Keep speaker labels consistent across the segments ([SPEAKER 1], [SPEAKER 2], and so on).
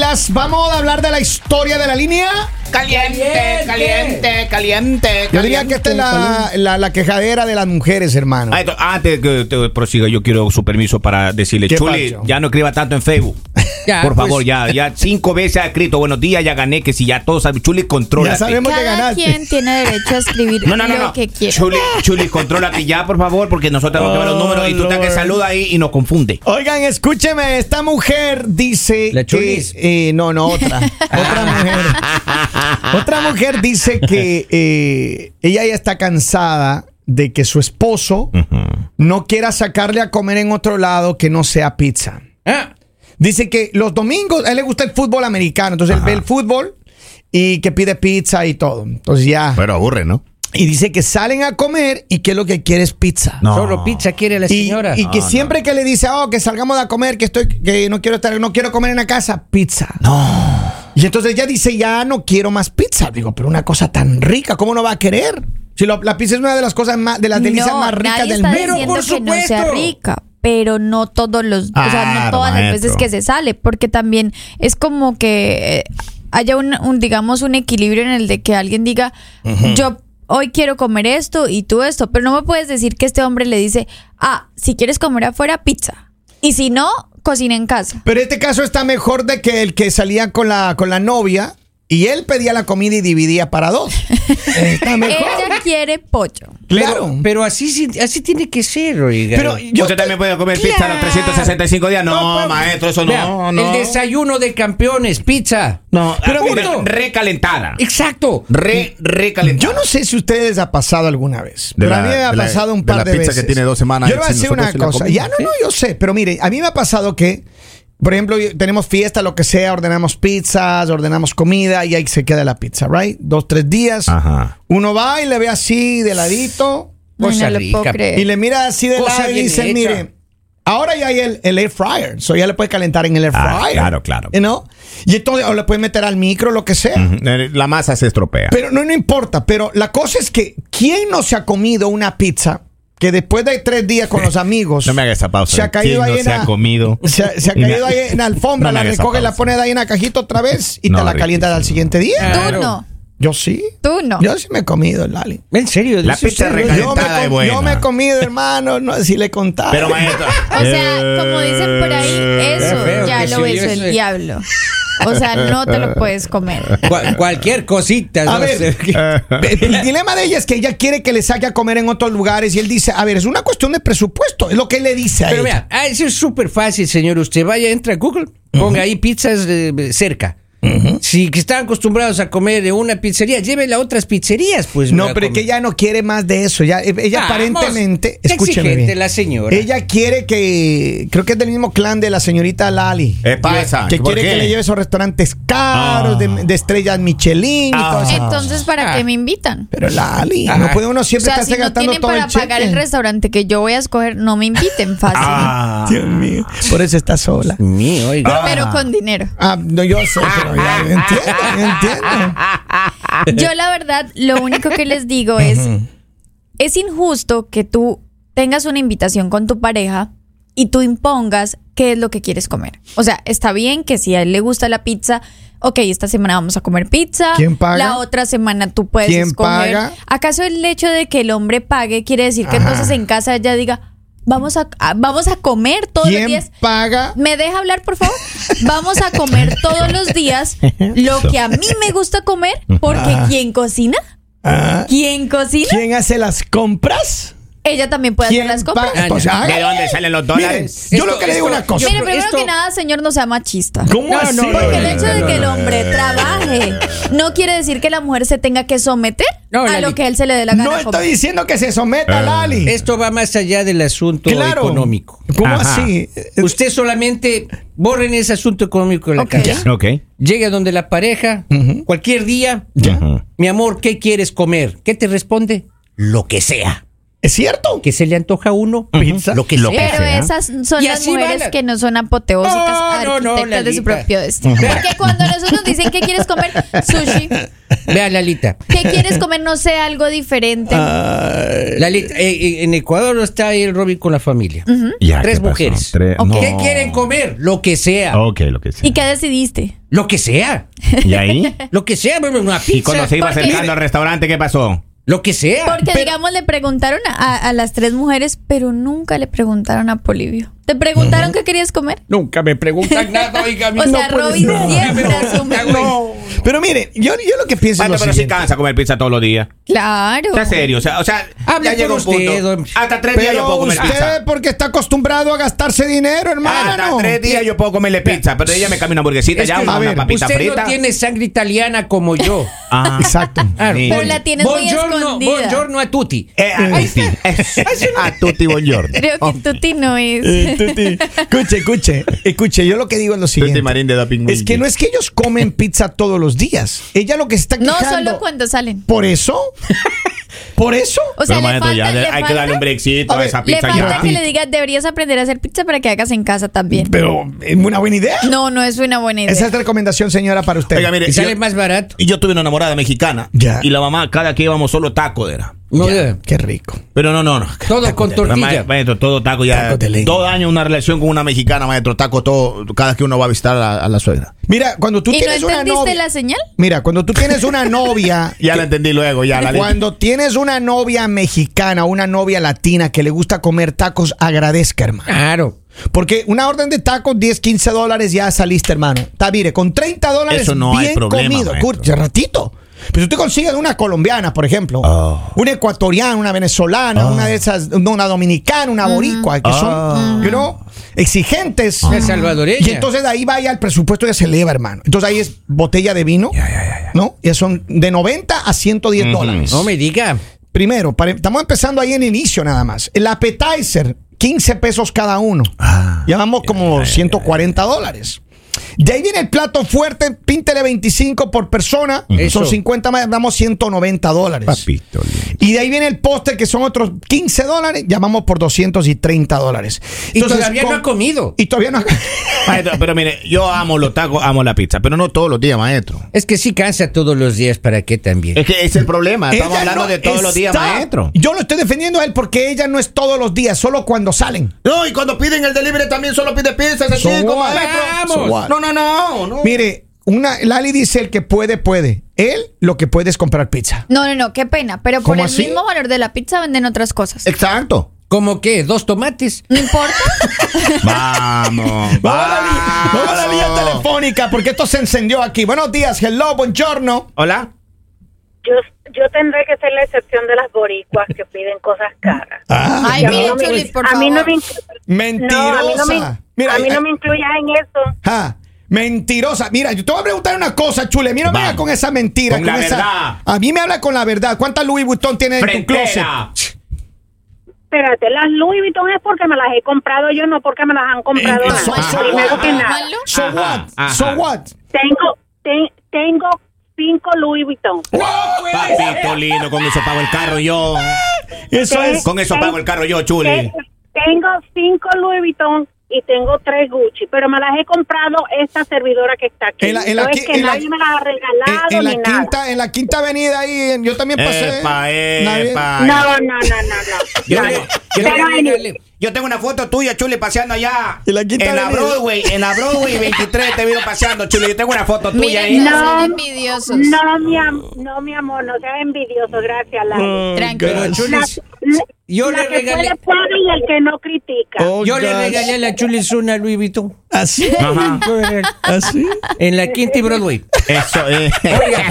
[SPEAKER 1] más. Vamos a hablar de la historia de la línea.
[SPEAKER 2] Caliente, caliente, caliente.
[SPEAKER 1] Yo diría que esta es la, la, la quejadera de las mujeres, hermano.
[SPEAKER 3] Ah, esto- Antes que te prosiga, yo quiero su permiso para decirle,
[SPEAKER 1] ¿Qué
[SPEAKER 3] Chuli,
[SPEAKER 1] pasó?
[SPEAKER 3] ya no escriba tanto en Facebook.
[SPEAKER 2] Ya,
[SPEAKER 3] Por favor,
[SPEAKER 1] pues.
[SPEAKER 3] ya, ya cinco veces ha escrito buenos días, ya gané, que si ya todos saben, Chuli, controla.
[SPEAKER 1] Ya sabemos que
[SPEAKER 4] Cada
[SPEAKER 1] ganaste.
[SPEAKER 4] quien tiene derecho a escribir
[SPEAKER 3] No, no, no,
[SPEAKER 4] lo
[SPEAKER 3] no.
[SPEAKER 4] que quiera.
[SPEAKER 3] Chuli, Chuli, contrólate ya, por favor, porque nosotros tenemos que ver los números y tú te que saluda ahí y nos confunde.
[SPEAKER 1] Oigan, escúcheme, esta mujer dice
[SPEAKER 2] ¿La
[SPEAKER 1] que
[SPEAKER 2] Chulis?
[SPEAKER 1] eh, no, no, otra. otra mujer. Otra mujer dice que eh, ella ya está cansada de que su esposo no quiera sacarle a comer en otro lado que no sea pizza. Dice que los domingos, a él le gusta el fútbol americano, entonces él ve el fútbol y que pide pizza y todo. Entonces ya.
[SPEAKER 5] Pero aburre, ¿no?
[SPEAKER 1] Y dice que salen a comer y que lo que quiere es pizza.
[SPEAKER 2] Solo pizza quiere la
[SPEAKER 1] Y-
[SPEAKER 2] señora.
[SPEAKER 1] Y, que siempre que le dice, oh, que salgamos a comer, que estoy, que no quiero estar, no quiero comer en la casa, pizza. No. Y entonces ella dice, ya no quiero más pizza. Digo, pero una cosa tan rica, ¿cómo no va a querer? Si lo- la pizza es una de las cosas más, de las delicias
[SPEAKER 4] no,
[SPEAKER 1] más ricas
[SPEAKER 4] nadie
[SPEAKER 1] del
[SPEAKER 4] está
[SPEAKER 1] mundo.
[SPEAKER 4] diciendo
[SPEAKER 2] por
[SPEAKER 4] que no sea
[SPEAKER 2] supuesto.
[SPEAKER 4] rica, pero no todos los, o sea,
[SPEAKER 5] Claro,
[SPEAKER 4] no todas las
[SPEAKER 5] maestro.
[SPEAKER 4] veces que se sale, porque también es como que eh, haya un, un, digamos un equilibrio en el de que alguien diga yo hoy quiero comer esto y tú esto, pero no me puedes decir que este hombre le dice, "Ah, si quieres comer afuera, pizza." Y si no, cocina en casa.
[SPEAKER 1] Pero este caso está mejor de que el que salía con la, con la novia y él pedía la comida y dividía para dos. está mejor.
[SPEAKER 4] Ella quiere pollo.
[SPEAKER 1] Claro.
[SPEAKER 2] Pero así, sí- así tiene que ser, oiga.
[SPEAKER 1] Pero yo
[SPEAKER 3] Usted también puede comer pizza los 365 días. No, maestro, eso
[SPEAKER 2] Vea,
[SPEAKER 3] no, no.
[SPEAKER 2] El desayuno de campeones, pizza.
[SPEAKER 3] No,
[SPEAKER 2] Pero
[SPEAKER 1] ah,
[SPEAKER 3] re-
[SPEAKER 2] punto.
[SPEAKER 3] recalentada.
[SPEAKER 2] Exacto.
[SPEAKER 3] Re, recalentada.
[SPEAKER 1] Yo no sé si ustedes ha pasado alguna vez.
[SPEAKER 5] De
[SPEAKER 1] pero a
[SPEAKER 5] la-
[SPEAKER 1] mí me ha
[SPEAKER 5] de la-
[SPEAKER 1] pasado un
[SPEAKER 5] de
[SPEAKER 1] par
[SPEAKER 5] la
[SPEAKER 1] de,
[SPEAKER 5] pizza
[SPEAKER 1] veces.
[SPEAKER 5] que tiene dos semanas,
[SPEAKER 1] Yo le voy a
[SPEAKER 5] si
[SPEAKER 1] decir
[SPEAKER 5] nosotros
[SPEAKER 1] una
[SPEAKER 5] sí la
[SPEAKER 1] cosa.
[SPEAKER 5] comimos.
[SPEAKER 1] Ya no, no, yo sé. Pero mire, a mí me ha pasado que, por ejemplo, yo- tenemos fiesta, lo que sea, ordenamos pizzas, ordenamos comida y ahí se queda la pizza, ¿right? Dos, tres días.
[SPEAKER 5] Ajá.
[SPEAKER 1] Uno va y le ve así de ladito
[SPEAKER 4] Ay,
[SPEAKER 2] Cosa
[SPEAKER 4] no lo
[SPEAKER 2] rica.
[SPEAKER 4] puedo creer.
[SPEAKER 1] y le mira así de
[SPEAKER 2] Cosa
[SPEAKER 1] lado y
[SPEAKER 2] bien
[SPEAKER 1] dice,
[SPEAKER 2] hecha.
[SPEAKER 1] mire, ahora ya hay el, el air fryer. So ya le puedes calentar en el air fryer.
[SPEAKER 5] Ah, claro, claro.
[SPEAKER 1] You know? Y entonces, o le puedes meter al micro, lo que sea.
[SPEAKER 5] La masa se estropea.
[SPEAKER 1] Pero no, no importa, pero la cosa es que ¿quién no se ha comido una pizza que después de tres días con los amigos
[SPEAKER 5] No me haga esa pausa.
[SPEAKER 1] se ha caído
[SPEAKER 5] ¿Quién
[SPEAKER 1] ahí
[SPEAKER 5] no
[SPEAKER 1] en
[SPEAKER 5] se
[SPEAKER 1] la-
[SPEAKER 5] ha comido?
[SPEAKER 1] Se, ha- se ha
[SPEAKER 5] Y me-
[SPEAKER 1] caído ahí en la alfombra,
[SPEAKER 5] No me
[SPEAKER 1] la
[SPEAKER 5] haga esa
[SPEAKER 1] recoge, la
[SPEAKER 5] pausa.
[SPEAKER 1] pone ahí en la cajita otra vez y
[SPEAKER 5] No,
[SPEAKER 1] te la
[SPEAKER 5] riquísimo.
[SPEAKER 1] calientas al siguiente día.
[SPEAKER 2] Ah.
[SPEAKER 4] Tú
[SPEAKER 2] Claro.
[SPEAKER 4] no,
[SPEAKER 1] Yo sí.
[SPEAKER 4] tú no.
[SPEAKER 1] Yo sí me he comido, Lali.
[SPEAKER 2] En serio,
[SPEAKER 5] La
[SPEAKER 2] dice
[SPEAKER 5] pizza
[SPEAKER 2] usted,
[SPEAKER 5] recalentada.
[SPEAKER 1] Yo me,
[SPEAKER 5] Calentada
[SPEAKER 1] com-
[SPEAKER 5] y buena.
[SPEAKER 1] yo me he comido, hermano, no sé si le contaba.
[SPEAKER 5] Pero maestro.
[SPEAKER 4] O sea,
[SPEAKER 3] eh,
[SPEAKER 4] como dicen por ahí,
[SPEAKER 1] Eh,
[SPEAKER 2] Qué
[SPEAKER 4] eso
[SPEAKER 2] feo
[SPEAKER 4] ya
[SPEAKER 2] que
[SPEAKER 4] lo
[SPEAKER 2] se
[SPEAKER 4] hizo
[SPEAKER 2] oyese.
[SPEAKER 4] el diablo. O sea, no te lo puedes comer.
[SPEAKER 2] Cual- cualquier cosita.
[SPEAKER 1] A
[SPEAKER 2] no
[SPEAKER 1] ver,
[SPEAKER 2] sé qué.
[SPEAKER 3] eh,
[SPEAKER 1] El dilema de ella es que ella quiere que le saque a comer en otros lugares y él dice, a ver, es una cuestión de presupuesto, es lo que él le dice a
[SPEAKER 2] Pero
[SPEAKER 1] ella.
[SPEAKER 2] vea, ah, eso es súper fácil, señor. Usted vaya, entra a Google, ponga ahí pizzas eh, cerca. Si que están acostumbrados a comer de una pizzería, llévela a otras pizzerías, pues.
[SPEAKER 1] No,
[SPEAKER 2] a
[SPEAKER 1] pero es que
[SPEAKER 2] comer.
[SPEAKER 1] ella no quiere más de eso. Ya, eh, ella
[SPEAKER 2] Vamos,
[SPEAKER 1] aparentemente.
[SPEAKER 2] qué
[SPEAKER 1] Escúcheme
[SPEAKER 2] exigente
[SPEAKER 1] bien.
[SPEAKER 2] la señora.
[SPEAKER 1] Ella quiere que. Creo que es del mismo clan de la señorita Lali.
[SPEAKER 5] ¿Qué pasa?
[SPEAKER 1] Que
[SPEAKER 5] Eh, ¿Por
[SPEAKER 1] quiere
[SPEAKER 5] qué? Ah.
[SPEAKER 1] que le lleve esos restaurantes caros, de, de estrellas Michelin y todo eso.
[SPEAKER 4] Entonces, ¿para qué me invitan?
[SPEAKER 1] Pero Lali,
[SPEAKER 2] Ah.
[SPEAKER 1] no puede uno
[SPEAKER 4] O
[SPEAKER 1] siempre
[SPEAKER 4] sea,
[SPEAKER 1] estarse
[SPEAKER 4] si no
[SPEAKER 1] gastando
[SPEAKER 4] tienen
[SPEAKER 1] todo
[SPEAKER 4] para
[SPEAKER 1] el cheque. Ah.
[SPEAKER 4] pagar el restaurante que yo voy a escoger, no me inviten fácil.
[SPEAKER 1] Dios mío. Por eso está sola.
[SPEAKER 2] Mí, oiga.
[SPEAKER 4] Pero con dinero.
[SPEAKER 1] Ah, no, yo sé, pero
[SPEAKER 5] ah,
[SPEAKER 1] ya yo entiendo, yo entiendo.
[SPEAKER 4] Yo la verdad, lo único que les digo es, es injusto que tú tengas una invitación con tu pareja y tú impongas qué es lo que quieres comer. O sea, está bien que si a él le gusta la pizza, ok, esta semana vamos a comer pizza.
[SPEAKER 1] ¿Quién paga?
[SPEAKER 4] La otra semana tú puedes
[SPEAKER 1] ¿Quién
[SPEAKER 4] escoger.
[SPEAKER 1] paga?
[SPEAKER 4] ¿Acaso el hecho de que el hombre pague quiere decir que
[SPEAKER 1] Ajá.
[SPEAKER 4] entonces en casa ella diga, vamos a, a- vamos a comer todos los
[SPEAKER 1] ¿Quién
[SPEAKER 4] días?
[SPEAKER 1] paga?
[SPEAKER 4] ¿Me deja hablar, por favor? Vamos a comer todos los días lo que a mí me gusta comer, porque ¿quién cocina? ¿Quién cocina?
[SPEAKER 1] ¿Quién hace las compras?
[SPEAKER 4] Ella también puede hacer
[SPEAKER 1] ¿Quién
[SPEAKER 4] las
[SPEAKER 1] paga?
[SPEAKER 4] compras. Ah,
[SPEAKER 1] Pues, hágale.
[SPEAKER 3] ¿De dónde salen los
[SPEAKER 1] Miren,
[SPEAKER 3] dólares?
[SPEAKER 1] yo
[SPEAKER 2] Esto-
[SPEAKER 1] lo que le digo
[SPEAKER 2] esto-
[SPEAKER 1] una cosa.
[SPEAKER 4] Mire, primero
[SPEAKER 2] esto-
[SPEAKER 4] que nada, señor, no sea machista.
[SPEAKER 1] ¿Cómo
[SPEAKER 2] No,
[SPEAKER 1] así?
[SPEAKER 2] no, no,
[SPEAKER 4] Porque el
[SPEAKER 2] Eh,
[SPEAKER 4] hecho de que el hombre trabaje no quiere decir que la mujer se tenga que someter
[SPEAKER 2] No,
[SPEAKER 4] a
[SPEAKER 2] Lali.
[SPEAKER 4] lo que él se le dé la gana.
[SPEAKER 1] No
[SPEAKER 4] comer.
[SPEAKER 1] estoy diciendo que se someta,
[SPEAKER 5] Eh.
[SPEAKER 1] Lali.
[SPEAKER 2] Esto va más allá del asunto económico.
[SPEAKER 1] ¿Cómo
[SPEAKER 3] Ajá.
[SPEAKER 1] así?
[SPEAKER 2] Usted solamente borren ese asunto económico de la
[SPEAKER 4] Ok.
[SPEAKER 2] casa.
[SPEAKER 3] Ok.
[SPEAKER 2] Llegue donde la pareja, cualquier día, mi amor, ¿qué quieres comer? ¿Qué te responde? Lo que sea.
[SPEAKER 1] ¿Es cierto?
[SPEAKER 2] ¿Que se le antoja a uno?
[SPEAKER 1] Pizza.
[SPEAKER 2] Lo que
[SPEAKER 3] Lo
[SPEAKER 2] sea.
[SPEAKER 4] Pero
[SPEAKER 3] sea.
[SPEAKER 4] esas son
[SPEAKER 2] Y
[SPEAKER 4] las
[SPEAKER 2] así van
[SPEAKER 4] mujeres
[SPEAKER 2] las-
[SPEAKER 4] que no son apoteósicas,
[SPEAKER 2] No, no, no,
[SPEAKER 4] arquitectas de su
[SPEAKER 2] Lalita.
[SPEAKER 4] propio destino. Porque cuando nosotros dicen que quieres comer sushi,
[SPEAKER 2] Vea, Lalita.
[SPEAKER 1] Ah.
[SPEAKER 4] que quieres comer, no sé, algo diferente.
[SPEAKER 2] Lalita, eh, eh, en Ecuador está el Robin con la familia.
[SPEAKER 5] Ya,
[SPEAKER 2] Tres
[SPEAKER 3] Ah,
[SPEAKER 5] ¿qué pasó?
[SPEAKER 2] mujeres.
[SPEAKER 5] Tres-
[SPEAKER 4] Ok.
[SPEAKER 2] ¿Qué
[SPEAKER 5] no.
[SPEAKER 2] quieren comer? Lo que
[SPEAKER 3] Oh.
[SPEAKER 2] sea.
[SPEAKER 5] Ok, lo que sea.
[SPEAKER 4] ¿Y qué decidiste?
[SPEAKER 2] Lo que sea.
[SPEAKER 5] ¿Y ahí?
[SPEAKER 2] Lo que sea, bueno, una
[SPEAKER 3] Y
[SPEAKER 2] pizza.
[SPEAKER 3] cuando se iba
[SPEAKER 4] porque-
[SPEAKER 3] acercando al restaurante, ¿qué pasó?
[SPEAKER 2] Lo que sea.
[SPEAKER 4] Porque, digamos, le preguntaron a, a las tres mujeres, pero nunca le preguntaron a Polivio. ¿Te preguntaron qué querías comer?
[SPEAKER 2] Nunca me preguntan nada, oiga, a mí
[SPEAKER 4] O
[SPEAKER 2] no
[SPEAKER 4] sea,
[SPEAKER 2] puede-
[SPEAKER 4] Robin
[SPEAKER 2] no,
[SPEAKER 4] siempre
[SPEAKER 2] no,
[SPEAKER 4] asume.
[SPEAKER 2] no, no.
[SPEAKER 1] Pero mire, yo, yo lo que pienso es
[SPEAKER 3] Bueno,
[SPEAKER 1] lo
[SPEAKER 3] pero sí
[SPEAKER 1] siguiente.
[SPEAKER 3] cansa comer pizza todos los días.
[SPEAKER 4] Claro.
[SPEAKER 3] Sea serio, o sea, o sea
[SPEAKER 2] Hable
[SPEAKER 3] ya llega
[SPEAKER 2] por
[SPEAKER 3] un punto.
[SPEAKER 2] usted, hombre.
[SPEAKER 3] Hasta tres días yo
[SPEAKER 1] Pero
[SPEAKER 3] puedo comer pizza.
[SPEAKER 1] usted porque está acostumbrado a gastarse dinero,
[SPEAKER 3] Hasta
[SPEAKER 5] Ah,
[SPEAKER 1] hermano.
[SPEAKER 3] tres días yo puedo comerle pizza, pero ella me cambia una hamburguesita,
[SPEAKER 2] Es
[SPEAKER 3] ya
[SPEAKER 2] que-
[SPEAKER 3] una,
[SPEAKER 1] a ver,
[SPEAKER 3] papita
[SPEAKER 2] Usted
[SPEAKER 3] frita.
[SPEAKER 2] no tiene sangre italiana como yo.
[SPEAKER 3] Ah,
[SPEAKER 1] Exacto.
[SPEAKER 2] Claro.
[SPEAKER 3] Sí.
[SPEAKER 4] Pero la tienes muy
[SPEAKER 2] Buongiorno,
[SPEAKER 4] escondida.
[SPEAKER 2] buongiorno a tutti.
[SPEAKER 3] eh, a tutti. A tutti buongiorno.
[SPEAKER 4] Creo que Tuti no es.
[SPEAKER 1] Eh, tuti, Escuche, escuche, escuche, yo lo que digo es lo siguiente.
[SPEAKER 5] Marín de Da Pingüín.
[SPEAKER 1] Es que no es que ellos comen pizza todos los días. Ella lo que está
[SPEAKER 4] No,
[SPEAKER 1] quejando.
[SPEAKER 4] solo cuando salen.
[SPEAKER 1] ¿Por eso? ¿Por eso?
[SPEAKER 4] O sea,
[SPEAKER 5] Pero,
[SPEAKER 4] le
[SPEAKER 5] maestro,
[SPEAKER 4] falta,
[SPEAKER 5] ya
[SPEAKER 4] le
[SPEAKER 5] de- hay que
[SPEAKER 4] falta-
[SPEAKER 5] darle un brexito
[SPEAKER 1] A
[SPEAKER 5] a
[SPEAKER 1] ver,
[SPEAKER 5] esa
[SPEAKER 4] le
[SPEAKER 5] pizza
[SPEAKER 4] falta
[SPEAKER 5] ya.
[SPEAKER 4] que le digas, deberías aprender a hacer pizza para que hagas en casa también.
[SPEAKER 1] Pero es una buena idea.
[SPEAKER 4] No, no es una buena idea.
[SPEAKER 1] Esa es la recomendación, señora, para usted.
[SPEAKER 5] Oiga, mire,
[SPEAKER 2] Y sale
[SPEAKER 5] yo,
[SPEAKER 2] más barato.
[SPEAKER 5] yo tuve una enamorada mexicana
[SPEAKER 1] Ya.
[SPEAKER 5] y la mamá cada que íbamos solo taco era.
[SPEAKER 2] No,
[SPEAKER 1] Ya,
[SPEAKER 2] ya.
[SPEAKER 1] qué rico.
[SPEAKER 5] Pero no, no, no.
[SPEAKER 2] Todo con
[SPEAKER 5] Pero, ma-
[SPEAKER 2] tortilla.
[SPEAKER 5] Maestro, todo taco ya.
[SPEAKER 1] Taco de leña.
[SPEAKER 5] Todo año una relación con una mexicana, maestro, taco todo, cada que uno va a visitar a la, a la suegra.
[SPEAKER 1] Mira, cuando tú
[SPEAKER 4] ¿Y no
[SPEAKER 1] tienes una
[SPEAKER 4] entendiste
[SPEAKER 1] novia.
[SPEAKER 4] la señal?
[SPEAKER 1] Mira, cuando tú tienes una novia.
[SPEAKER 5] Ya la entendí luego, ya la
[SPEAKER 1] Cuando tienes una novia mexicana, una novia latina que le gusta comer tacos, agradezca, hermano.
[SPEAKER 2] Claro.
[SPEAKER 1] Porque una orden de tacos, 10, 15 dólares, ya saliste, hermano. Está, mire, con 30 dólares
[SPEAKER 5] Eso no
[SPEAKER 1] bien
[SPEAKER 5] hay problema,
[SPEAKER 1] comido.
[SPEAKER 5] maestro.
[SPEAKER 1] Escucha, ratito. Pero si tú consigues una colombiana, por ejemplo,
[SPEAKER 5] Ah.
[SPEAKER 1] una ecuatoriana, una venezolana, una de esas, no, una dominicana, una boricua, que
[SPEAKER 5] Ah.
[SPEAKER 1] son, you know, exigentes.
[SPEAKER 2] Una salvadoreña.
[SPEAKER 1] Y entonces de ahí vaya el presupuesto ya se eleva, hermano. Entonces ahí es botella de vino, ¿no? Ya son de 90 a 110 dólares.
[SPEAKER 2] No me diga.
[SPEAKER 1] Primero, para- estamos empezando ahí en inicio nada más. El appetizer, 15 pesos cada uno. ya vamos como 140 dólares. De ahí viene el plato fuerte, píntele 25 por persona.
[SPEAKER 2] Eso.
[SPEAKER 1] Son 50 más, damos 190 dólares.
[SPEAKER 5] Papito. lindo.
[SPEAKER 1] Y de ahí viene el postre, que son otros 15 dólares. Llamamos por 230 dólares.
[SPEAKER 2] Y todavía no ha comido.
[SPEAKER 1] Y todavía no ha
[SPEAKER 5] Maestro, pero mire, yo amo los tacos, amo la pizza, pero no todos los días, maestro.
[SPEAKER 2] Es que sí cansa todos los días, ¿para qué también?
[SPEAKER 5] Es que es el problema, estamos
[SPEAKER 1] Ella
[SPEAKER 5] hablando
[SPEAKER 1] no
[SPEAKER 5] de todos los días,
[SPEAKER 1] está-
[SPEAKER 5] maestro.
[SPEAKER 1] Yo lo estoy defendiendo a él porque ella no es todos los días, solo cuando salen.
[SPEAKER 5] No, y cuando piden el delivery también solo pide pizza, ese
[SPEAKER 1] So
[SPEAKER 5] chico,
[SPEAKER 1] what?
[SPEAKER 5] maestro.
[SPEAKER 2] So what?
[SPEAKER 5] No, no, no, no.
[SPEAKER 1] Mire, una, Lali dice el que puede, puede. Él lo que puede es comprar pizza.
[SPEAKER 4] No, no, no, qué pena. Pero por
[SPEAKER 1] ¿Cómo
[SPEAKER 4] el
[SPEAKER 1] así?
[SPEAKER 4] mismo valor de la pizza venden otras cosas.
[SPEAKER 5] Exacto.
[SPEAKER 2] ¿Cómo qué? ¿Dos tomates?
[SPEAKER 4] No importa.
[SPEAKER 5] Vamos.
[SPEAKER 1] Vamos a la línea telefónica porque esto se encendió aquí. Buenos días, hello, buongiorno.
[SPEAKER 3] Hola.
[SPEAKER 6] Yo, yo tendré que ser la excepción de las boricuas que piden cosas caras.
[SPEAKER 1] Ah.
[SPEAKER 4] Ay,
[SPEAKER 6] Y a
[SPEAKER 4] mire,
[SPEAKER 6] mí no me-
[SPEAKER 4] Chulis, por
[SPEAKER 6] a mí no
[SPEAKER 4] favor.
[SPEAKER 6] me inclu-
[SPEAKER 1] Mentirosa.
[SPEAKER 6] No, a mí no me,
[SPEAKER 1] Mira, eh,
[SPEAKER 6] a mí
[SPEAKER 1] ay,
[SPEAKER 6] no
[SPEAKER 1] ay,
[SPEAKER 6] me incluyas en eso.
[SPEAKER 1] ja, mentirosa. Mira, yo te voy a preguntar una cosa, chule. Mira,
[SPEAKER 5] Vamos.
[SPEAKER 1] mira con esa mentira.
[SPEAKER 3] Con la
[SPEAKER 1] esa-
[SPEAKER 3] verdad.
[SPEAKER 1] A mí me habla con la verdad. ¿Cuántas Louis Vuitton tienes en tu closet?
[SPEAKER 3] Frontera.
[SPEAKER 6] Espérate, las Louis Vuitton es porque me las he comprado yo, no porque me las han comprado.
[SPEAKER 1] Eh,
[SPEAKER 6] nada.
[SPEAKER 1] so- so
[SPEAKER 6] Primero
[SPEAKER 1] what?
[SPEAKER 6] que nada,
[SPEAKER 4] Malo.
[SPEAKER 1] So
[SPEAKER 3] Ajá,
[SPEAKER 1] what?
[SPEAKER 3] ajá.
[SPEAKER 1] So what?
[SPEAKER 6] tengo, te- tengo cinco Louis Vuitton.
[SPEAKER 1] Oh,
[SPEAKER 3] Papito lindo, con eso pago el carro yo.
[SPEAKER 1] Eso
[SPEAKER 6] Te-
[SPEAKER 1] es.
[SPEAKER 3] Con eso pago el carro yo, chuli.
[SPEAKER 6] te- tengo cinco Louis Vuitton y tengo tres Gucci, pero me las he comprado esta servidora que está aquí.
[SPEAKER 1] En la- en la
[SPEAKER 6] no es
[SPEAKER 1] qui-
[SPEAKER 6] que
[SPEAKER 1] en la-
[SPEAKER 6] nadie me las ha regalado
[SPEAKER 1] En, en la
[SPEAKER 6] ni nada.
[SPEAKER 1] quinta, en la quinta avenida ahí, en- yo también pasé.
[SPEAKER 5] Epa,
[SPEAKER 1] Nadie-
[SPEAKER 5] epa.
[SPEAKER 6] No, no, no, no, no.
[SPEAKER 3] Yo
[SPEAKER 6] No,
[SPEAKER 3] tengo,
[SPEAKER 6] no.
[SPEAKER 3] yo
[SPEAKER 6] Pero
[SPEAKER 3] tengo-
[SPEAKER 6] anyway,
[SPEAKER 3] yo tengo una foto tuya, Chuli, paseando allá.
[SPEAKER 1] En la Quinta Avenida.
[SPEAKER 3] Broadway, en la Broadway 23 te vino paseando, Chuli. Yo tengo una foto tuya ahí.
[SPEAKER 4] Miren, no.
[SPEAKER 6] No,
[SPEAKER 4] Son envidiosos.
[SPEAKER 6] No, mi, am- no, mi amor, no seas envidioso, gracias, Lali.
[SPEAKER 4] Tranquilo.
[SPEAKER 2] Pero
[SPEAKER 6] La,
[SPEAKER 2] Chulis,
[SPEAKER 6] la-
[SPEAKER 2] yo
[SPEAKER 6] la
[SPEAKER 2] le
[SPEAKER 6] que
[SPEAKER 2] regalé- Oh.
[SPEAKER 6] puede, puede y el que no critica.
[SPEAKER 2] yo le regalé a la Chulis una Louis Vuitton.
[SPEAKER 1] Así.
[SPEAKER 3] Ajá.
[SPEAKER 2] Yo le regalé. En la quinta y Broadway.
[SPEAKER 5] Eso es.
[SPEAKER 2] Oiga,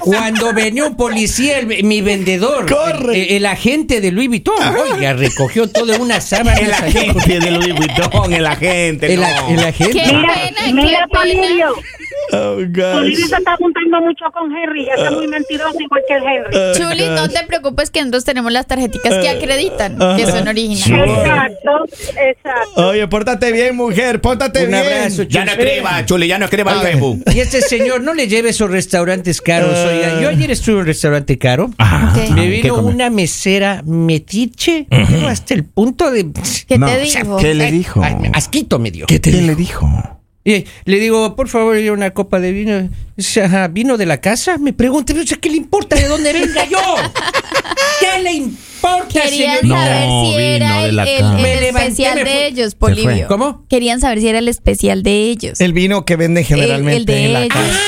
[SPEAKER 2] cuando venía un policía, el- mi vendedor,
[SPEAKER 1] Corre.
[SPEAKER 2] El, el agente de Louis Vuitton, oiga, recogió toda una sábana.
[SPEAKER 3] El agente de Louis Vuitton, el agente.
[SPEAKER 2] El,
[SPEAKER 3] no.
[SPEAKER 2] a- el agente.
[SPEAKER 4] ¿Qué?
[SPEAKER 6] Mira,
[SPEAKER 4] Qué pena,
[SPEAKER 6] mira,
[SPEAKER 4] qué pena.
[SPEAKER 6] Polillo.
[SPEAKER 1] Oh,
[SPEAKER 6] Polillo se está juntando mucho con Henry, ya está muy mentiroso igual que el Henry.
[SPEAKER 4] Chuli, no te preocupes que nosotros tenemos las tarjeticas que acreditan que son originales.
[SPEAKER 6] Exacto, exacto.
[SPEAKER 1] Oye, pórtate bien, mujer, pórtate
[SPEAKER 2] Un
[SPEAKER 1] bien.
[SPEAKER 2] abrazo,
[SPEAKER 3] Ya no escriba, Chuli, ya no escriba
[SPEAKER 1] Eh. A
[SPEAKER 3] al
[SPEAKER 1] ver.
[SPEAKER 3] Facebook.
[SPEAKER 2] Y este señor no le lleve esos restaurantes caros. Oiga, yo ayer estuve en un restaurante caro.
[SPEAKER 4] Ok.
[SPEAKER 2] Me
[SPEAKER 5] ¿qué
[SPEAKER 2] vino
[SPEAKER 5] comió?
[SPEAKER 2] una mesera metiche pero hasta el punto de.
[SPEAKER 4] ¿Qué
[SPEAKER 5] No,
[SPEAKER 4] te
[SPEAKER 5] o sea,
[SPEAKER 4] dijo?
[SPEAKER 5] ¿Qué le
[SPEAKER 2] Ay,
[SPEAKER 5] dijo?
[SPEAKER 2] ay, asquito me dio.
[SPEAKER 5] ¿Qué le dijo?
[SPEAKER 2] Y le digo, por favor, yo una copa de vino. Dice, "Ajá, ¿vino de la casa? Me pregunta, pero, o sea, ¿qué le importa de dónde venga yo? ¿Qué le importa? importa,
[SPEAKER 4] Querían
[SPEAKER 2] señorita.
[SPEAKER 4] saber
[SPEAKER 5] No,
[SPEAKER 4] si
[SPEAKER 5] vino
[SPEAKER 4] era
[SPEAKER 5] de
[SPEAKER 4] el,
[SPEAKER 5] la
[SPEAKER 4] el-
[SPEAKER 5] cama.
[SPEAKER 4] el
[SPEAKER 2] Me levanté,
[SPEAKER 4] especial
[SPEAKER 2] me fui.
[SPEAKER 4] de ellos,
[SPEAKER 5] fue.
[SPEAKER 4] Polivio.
[SPEAKER 2] ¿Cómo?
[SPEAKER 4] Querían saber si era el especial de ellos.
[SPEAKER 1] El vino que venden
[SPEAKER 4] El-
[SPEAKER 1] generalmente
[SPEAKER 4] el de
[SPEAKER 1] en la
[SPEAKER 4] ellos. Ah.
[SPEAKER 1] casa.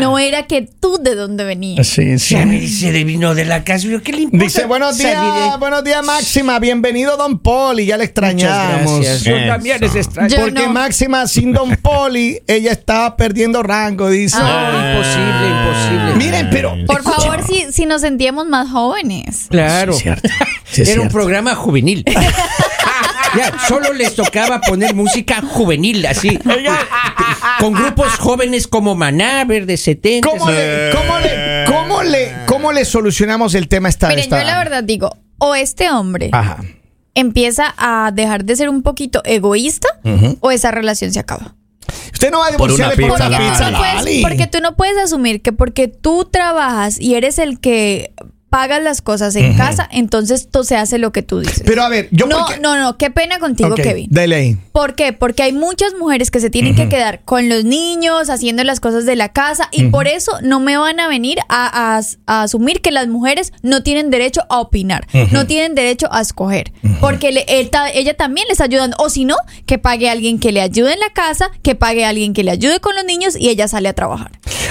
[SPEAKER 4] No era que tú de dónde venías.
[SPEAKER 1] Sí, sí.
[SPEAKER 2] Ya me dice de vino de la casa. Yo, ¿Qué le importa?
[SPEAKER 1] Dice, buenos
[SPEAKER 2] Salí
[SPEAKER 1] días,
[SPEAKER 2] de-
[SPEAKER 1] buenos días Máxima, bienvenido Don Poli, ya le extrañamos.
[SPEAKER 2] Muchas gracias. Yo también les extraño.
[SPEAKER 4] Yo
[SPEAKER 1] Porque
[SPEAKER 4] no.
[SPEAKER 1] Máxima sin Don Poli, ella está perdiendo rango, dice.
[SPEAKER 4] Ah.
[SPEAKER 2] No, imposible, imposible.
[SPEAKER 1] Miren, pero
[SPEAKER 4] Por favor, si, si nos sentíamos más jóvenes.
[SPEAKER 2] Claro.
[SPEAKER 5] Sí, es cierto. Sí, es
[SPEAKER 2] Era un
[SPEAKER 5] cierto.
[SPEAKER 2] programa juvenil. Ya, solo les tocaba poner música juvenil, así. Con grupos jóvenes como Maná, Verde 70.
[SPEAKER 1] ¿cómo le, cómo le- cómo le- cómo le solucionamos el tema a esta
[SPEAKER 4] Miren,
[SPEAKER 1] esta
[SPEAKER 4] yo la
[SPEAKER 1] dama?
[SPEAKER 4] verdad digo, o este hombre
[SPEAKER 5] Ah.
[SPEAKER 1] Ajá.
[SPEAKER 4] empieza a dejar de ser un poquito egoísta o esa relación se acaba.
[SPEAKER 1] Usted no va a
[SPEAKER 5] Por una
[SPEAKER 1] divorciarle por
[SPEAKER 5] pizza
[SPEAKER 1] una
[SPEAKER 5] Lali.
[SPEAKER 1] pizza
[SPEAKER 4] Tú no puedes-
[SPEAKER 1] Lali.
[SPEAKER 4] pues, porque tú no puedes asumir que porque tú trabajas y eres el que pagas las cosas en casa, entonces tú se hace lo que tú dices.
[SPEAKER 1] Pero a ver, yo
[SPEAKER 4] no,
[SPEAKER 1] porque-
[SPEAKER 4] no, no, qué pena contigo,
[SPEAKER 1] Ok,
[SPEAKER 4] Kevin.
[SPEAKER 1] Dale ahí.
[SPEAKER 4] ¿Por qué? Porque hay muchas mujeres que se tienen que quedar con los niños, haciendo las cosas de la casa, y por eso no me van a venir a, a as- a asumir que las mujeres no tienen derecho a opinar, no tienen derecho a escoger, porque le- él ta- ella también les ayuda, o si no, que pague a alguien que le ayude en la casa, que pague a alguien que le ayude con los niños y ella sale a trabajar.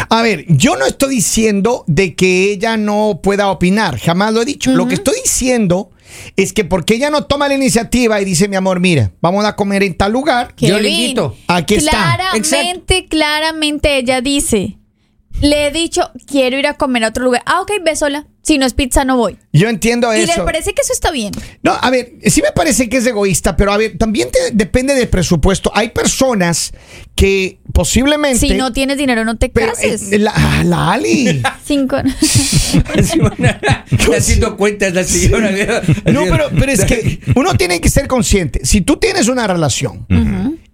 [SPEAKER 1] A ver, yo no estoy diciendo de que ella no pueda opinar, jamás lo he dicho. Lo que estoy diciendo es que porque ella no toma la iniciativa y dice, mi amor, mira, vamos a comer en tal lugar.
[SPEAKER 2] Yo le
[SPEAKER 4] Kevin,
[SPEAKER 2] invito.
[SPEAKER 1] Aquí está.
[SPEAKER 4] Claramente, claramente ella dice, le he dicho, quiero ir a comer a otro lugar. Ah, ok, ve sola. Si no es pizza, no voy.
[SPEAKER 1] Yo entiendo
[SPEAKER 4] Y les
[SPEAKER 1] eso.
[SPEAKER 4] parece que eso está bien.
[SPEAKER 1] No, a ver, sí me parece que es egoísta, pero a ver, también te- depende del presupuesto. Hay personas que posiblemente...
[SPEAKER 4] Si no tienes dinero, no te
[SPEAKER 1] pero,
[SPEAKER 4] cases.
[SPEAKER 1] eh, la, ah, la Ali.
[SPEAKER 4] Cinco.
[SPEAKER 2] Está haciendo cuentas la señora.
[SPEAKER 1] No, pero, pero es que uno tiene que ser consciente. Si tú tienes una relación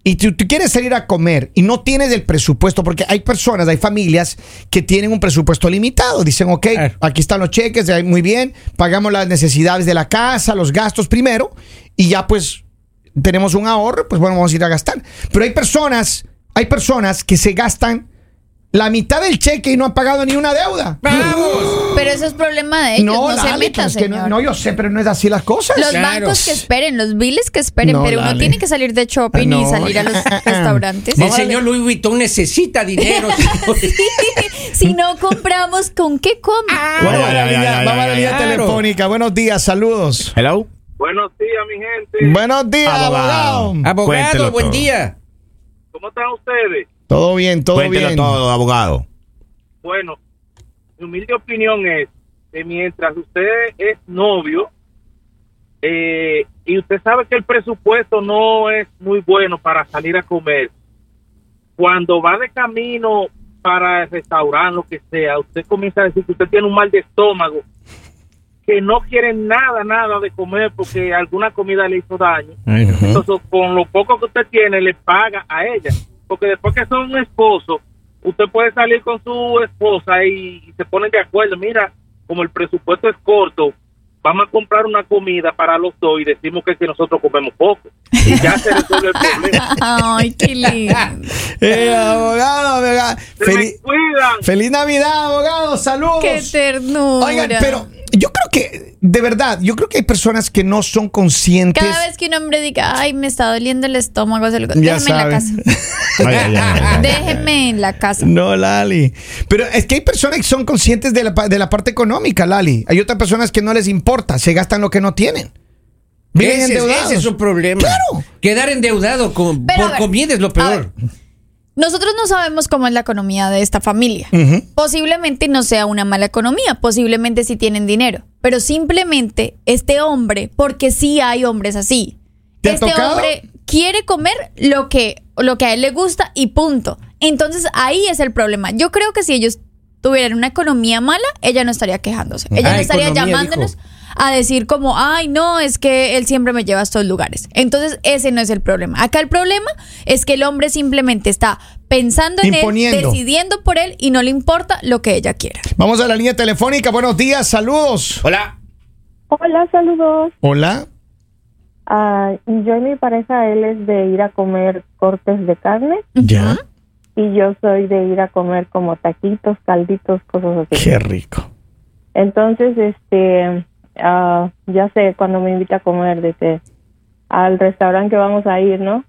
[SPEAKER 1] y tú, tú quieres salir a comer y no tienes el presupuesto, porque hay personas, hay familias que tienen un presupuesto limitado. Dicen, ok,
[SPEAKER 2] Claro.
[SPEAKER 1] aquí están los cheques, eh, muy bien, pagamos las necesidades de la casa, los gastos primero y ya pues tenemos un ahorro, pues bueno, vamos a ir a gastar. Pero hay personas, hay personas que se gastan la mitad del cheque y no han pagado ni una deuda.
[SPEAKER 2] ¡Vamos!
[SPEAKER 4] Pero eso es problema de ellos. No, se
[SPEAKER 1] dale,
[SPEAKER 4] metan,
[SPEAKER 1] pues, que no,
[SPEAKER 4] señor.
[SPEAKER 1] no, yo sé, pero no es así las cosas.
[SPEAKER 4] los
[SPEAKER 2] Claro.
[SPEAKER 4] bancos que esperen, los biles que esperen,
[SPEAKER 1] No,
[SPEAKER 4] pero uno
[SPEAKER 1] dale.
[SPEAKER 4] tiene que salir de shopping
[SPEAKER 1] Ah,
[SPEAKER 4] y
[SPEAKER 1] no.
[SPEAKER 4] salir a los restaurantes.
[SPEAKER 2] El señor Louis Vuitton necesita dinero.
[SPEAKER 4] si no compramos, ¿con qué come?
[SPEAKER 5] Vamos a la línea- vamos a la línea
[SPEAKER 1] telefónica. Buenos días, saludos.
[SPEAKER 5] Hello.
[SPEAKER 7] Buenos días, mi gente.
[SPEAKER 1] Buenos días,
[SPEAKER 5] Abogado.
[SPEAKER 1] abogado.
[SPEAKER 2] Abogado, Ah.
[SPEAKER 5] Cuéntelo
[SPEAKER 2] buen
[SPEAKER 5] todo.
[SPEAKER 2] día.
[SPEAKER 7] ¿Cómo están ustedes?
[SPEAKER 1] Todo bien, todo
[SPEAKER 5] Cuéntelo
[SPEAKER 1] bien.
[SPEAKER 5] todo, abogado.
[SPEAKER 7] Bueno, mi humilde opinión es que mientras usted es novio eh, y usted sabe que el presupuesto no es muy bueno para salir a comer, cuando va de camino para el restaurante, lo que sea, usted comienza a decir que usted tiene un mal de estómago, que no quiere nada, nada de comer porque alguna comida le hizo daño. Entonces, con lo poco que usted tiene, le paga a ella. Porque después que son esposos, usted puede salir con su esposa y, y se ponen de acuerdo. Mira, como el presupuesto es corto, vamos a comprar una comida para los dos y decimos que, que nosotros comemos poco. Y ya se resuelve el
[SPEAKER 1] Ah.
[SPEAKER 7] problema.
[SPEAKER 4] Ay, qué lindo.
[SPEAKER 1] Eh, abogado, abogado.
[SPEAKER 7] Se
[SPEAKER 1] Feliz,
[SPEAKER 7] me cuidan.
[SPEAKER 1] feliz Navidad, abogado. Saludos.
[SPEAKER 4] qué ternura.
[SPEAKER 1] Oigan, pero yo creo que, de verdad, yo creo que hay personas que no son conscientes.
[SPEAKER 4] Cada vez que un hombre diga, ay, me está doliendo el estómago, se lo-
[SPEAKER 1] Ya
[SPEAKER 4] déjeme en la casa.
[SPEAKER 1] saben.
[SPEAKER 5] Ay, ay, ay, ay, ay.
[SPEAKER 4] Déjeme en la casa.
[SPEAKER 1] No, Lali. Pero es que hay personas que son conscientes de la, pa- de la parte económica, Lali. Hay otras personas que no les importa, se gastan lo que no tienen. Viven
[SPEAKER 2] Ese, es-
[SPEAKER 1] endeudados.
[SPEAKER 2] ese es un problema.
[SPEAKER 1] Claro.
[SPEAKER 2] Quedar endeudado con,
[SPEAKER 4] Pero, a
[SPEAKER 2] por
[SPEAKER 4] ver,
[SPEAKER 2] comida es lo
[SPEAKER 4] a
[SPEAKER 2] peor.
[SPEAKER 4] ver, Nosotros no sabemos cómo es la economía de esta familia. Posiblemente no sea una mala economía, posiblemente sí tienen dinero, pero simplemente este hombre, porque sí hay hombres así,
[SPEAKER 1] ¿Te ha
[SPEAKER 4] este
[SPEAKER 1] tocado?
[SPEAKER 4] hombre quiere comer lo que, lo que a él le gusta y punto. Entonces ahí es el problema. Yo creo que si ellos tuvieran una economía mala, ella no estaría quejándose. Ella
[SPEAKER 2] Ah,
[SPEAKER 4] no estaría
[SPEAKER 2] economía,
[SPEAKER 4] llamándonos
[SPEAKER 2] dijo.
[SPEAKER 4] a decir como, ay, no, es que él siempre me lleva a estos lugares. Entonces, ese no es el problema. Acá el problema es que el hombre simplemente está pensando en él,
[SPEAKER 1] Imponiendo.
[SPEAKER 4] decidiendo por él y no le importa lo que ella quiera.
[SPEAKER 1] Vamos a la línea telefónica. Buenos días, saludos.
[SPEAKER 3] Hola.
[SPEAKER 8] Hola, saludos.
[SPEAKER 1] Hola.
[SPEAKER 8] Ah, yo y mi pareja, él es de ir a comer cortes de carne
[SPEAKER 1] Ya.
[SPEAKER 8] y yo soy de ir a comer como taquitos, calditos, cosas así.
[SPEAKER 1] Qué rico.
[SPEAKER 8] Entonces, este, ah, ya sé, cuando me invita a comer, dice, al restaurante que vamos a ir, ¿no?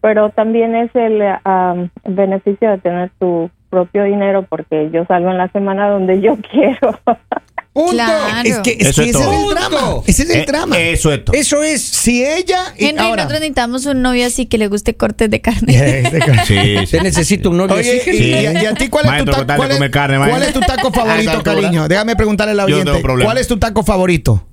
[SPEAKER 8] Pero también es el ah, beneficio de tener tu propio dinero porque yo salgo en la semana donde yo quiero.
[SPEAKER 1] Punto.
[SPEAKER 4] Claro.
[SPEAKER 1] Es que, es
[SPEAKER 5] Eso
[SPEAKER 1] que ese
[SPEAKER 5] es
[SPEAKER 1] es
[SPEAKER 5] todo.
[SPEAKER 1] el drama.
[SPEAKER 2] Punto.
[SPEAKER 1] Ese es el
[SPEAKER 5] Eh,
[SPEAKER 1] drama.
[SPEAKER 5] Eso es todo.
[SPEAKER 2] Eso es.
[SPEAKER 1] si ella. y
[SPEAKER 4] Henry,
[SPEAKER 1] ahora-
[SPEAKER 4] nosotros necesitamos un novio así que le guste cortes de carne.
[SPEAKER 1] Este ca-
[SPEAKER 5] Sí, sí.
[SPEAKER 2] Se necesita un novio
[SPEAKER 1] Oye,
[SPEAKER 2] así.
[SPEAKER 1] y,
[SPEAKER 5] Sí.
[SPEAKER 1] y a, y a ti cuál es
[SPEAKER 5] Maestro,
[SPEAKER 1] tu taco?
[SPEAKER 5] con tal de
[SPEAKER 1] ¿Cuál, es,
[SPEAKER 5] comer carne,
[SPEAKER 1] cuál
[SPEAKER 5] maestro.
[SPEAKER 1] es tu taco
[SPEAKER 5] A
[SPEAKER 1] favorito,
[SPEAKER 5] esa altura.
[SPEAKER 1] cariño? Déjame preguntarle al
[SPEAKER 5] Yo no
[SPEAKER 1] oyente.
[SPEAKER 5] tengo problema.
[SPEAKER 1] ¿Cuál es tu taco favorito?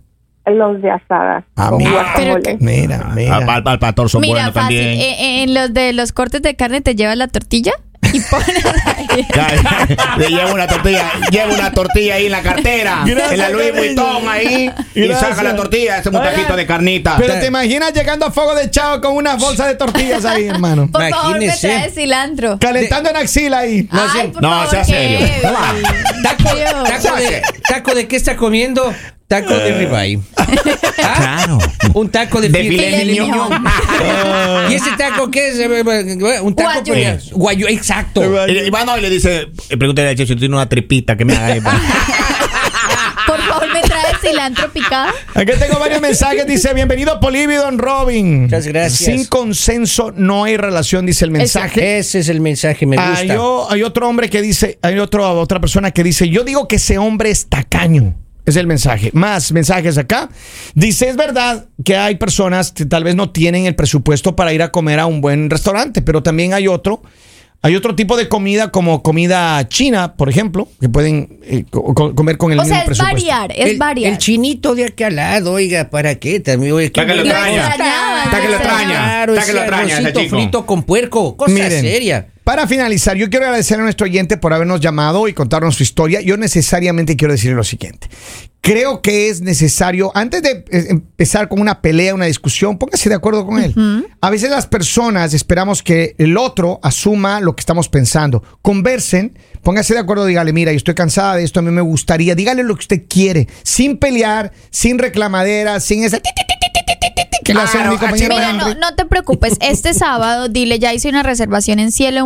[SPEAKER 8] Los de asada.
[SPEAKER 1] Ah,
[SPEAKER 8] con
[SPEAKER 1] mira.
[SPEAKER 8] guacamole.
[SPEAKER 4] Pero
[SPEAKER 5] Ah,
[SPEAKER 1] Mira, mira.
[SPEAKER 5] Al, al- al pastor son
[SPEAKER 4] Mira,
[SPEAKER 5] buenos
[SPEAKER 4] fácil.
[SPEAKER 5] también.
[SPEAKER 4] eh, eh, en los de los cortes de carne te llevas la tortilla y pones ahí.
[SPEAKER 5] Ya, le llevo una tortilla, llevo una tortilla ahí en la cartera,
[SPEAKER 1] Gracias,
[SPEAKER 5] en la Louis
[SPEAKER 1] cariño.
[SPEAKER 5] Vuitton ahí,
[SPEAKER 1] Gracias.
[SPEAKER 5] y saca la tortilla, ese mutajito de carnita.
[SPEAKER 1] Pero te imaginas llegando a fuego de chavo con una bolsa de tortillas ahí, hermano.
[SPEAKER 4] Por favor, me
[SPEAKER 2] Imagínese.
[SPEAKER 4] traes cilantro.
[SPEAKER 1] Calentando en axila ahí.
[SPEAKER 4] Ay, por
[SPEAKER 5] no,
[SPEAKER 4] favor,
[SPEAKER 5] sea
[SPEAKER 4] qué
[SPEAKER 5] serio.
[SPEAKER 4] heavy.
[SPEAKER 2] Taco,
[SPEAKER 4] Dios.
[SPEAKER 2] taco de, ¿Taco de qué está comiendo? Taco de ribeye. ¿Ah?
[SPEAKER 5] Claro.
[SPEAKER 2] Un taco de,
[SPEAKER 5] De
[SPEAKER 2] fi-
[SPEAKER 5] filet
[SPEAKER 2] filet
[SPEAKER 4] mignon.
[SPEAKER 2] mignon. ¿Y ese taco qué es? Un taco
[SPEAKER 4] Guayu.
[SPEAKER 2] con- Guayu, exacto.
[SPEAKER 5] Y, y va no, y le dice, eh, pregúntale a Checho si tiene una tripita que me haga ahí, pa".
[SPEAKER 4] Por favor, me traes cilantro picado.
[SPEAKER 1] Aquí tengo varios mensajes. Dice, bienvenido Polivio Don Robin.
[SPEAKER 2] Muchas gracias.
[SPEAKER 1] Sin consenso no hay relación, dice el mensaje.
[SPEAKER 2] Ese es el mensaje, me gusta.
[SPEAKER 1] Hay, o- Ah, hay otro hombre que dice, hay otro, otra persona que dice, yo digo que ese hombre es tacaño. Es el mensaje. Más mensajes acá. Dice, es verdad que hay personas que tal vez no tienen el presupuesto para ir a comer a un buen restaurante, pero también hay otro. Hay otro tipo de comida como comida china, por ejemplo, que pueden eh, co- co- comer con el
[SPEAKER 4] O
[SPEAKER 1] mismo
[SPEAKER 4] sea, es
[SPEAKER 1] presupuesto.
[SPEAKER 4] variar, es
[SPEAKER 2] el,
[SPEAKER 4] variar.
[SPEAKER 2] el chinito de acá al lado, oiga, ¿para qué? También, oye, qué
[SPEAKER 3] Para que lo
[SPEAKER 4] Lo
[SPEAKER 2] bueno.
[SPEAKER 3] traña.
[SPEAKER 4] extrañaba,
[SPEAKER 3] Está que
[SPEAKER 4] lo
[SPEAKER 3] lo traña.
[SPEAKER 4] extrañaba.
[SPEAKER 2] Claro,
[SPEAKER 3] está que lo
[SPEAKER 2] ese
[SPEAKER 3] traña ese
[SPEAKER 2] arrocito
[SPEAKER 3] chico.
[SPEAKER 2] frito con puerco, cosa
[SPEAKER 1] Miren,
[SPEAKER 2] seria.
[SPEAKER 1] Para finalizar, yo quiero agradecer a nuestro oyente por habernos llamado y contarnos su historia. Yo necesariamente quiero decir lo siguiente. Creo que es necesario, antes de eh, empezar con una pelea, una discusión, póngase de acuerdo con él. A veces las personas esperamos que el otro asuma lo que estamos pensando. Conversen, póngase de acuerdo, dígale, mira, yo estoy cansada de esto, a mí me gustaría, dígale lo que usted quiere, sin pelear, sin reclamaderas, sin ese... ti, ti, ti, ti, ti, ti, ti, ti, Que le hace a mi compañero
[SPEAKER 4] Ah, Mira,
[SPEAKER 1] Henry.
[SPEAKER 4] no, no te preocupes. Este sábado, dile, ya hice una reservación en cielo en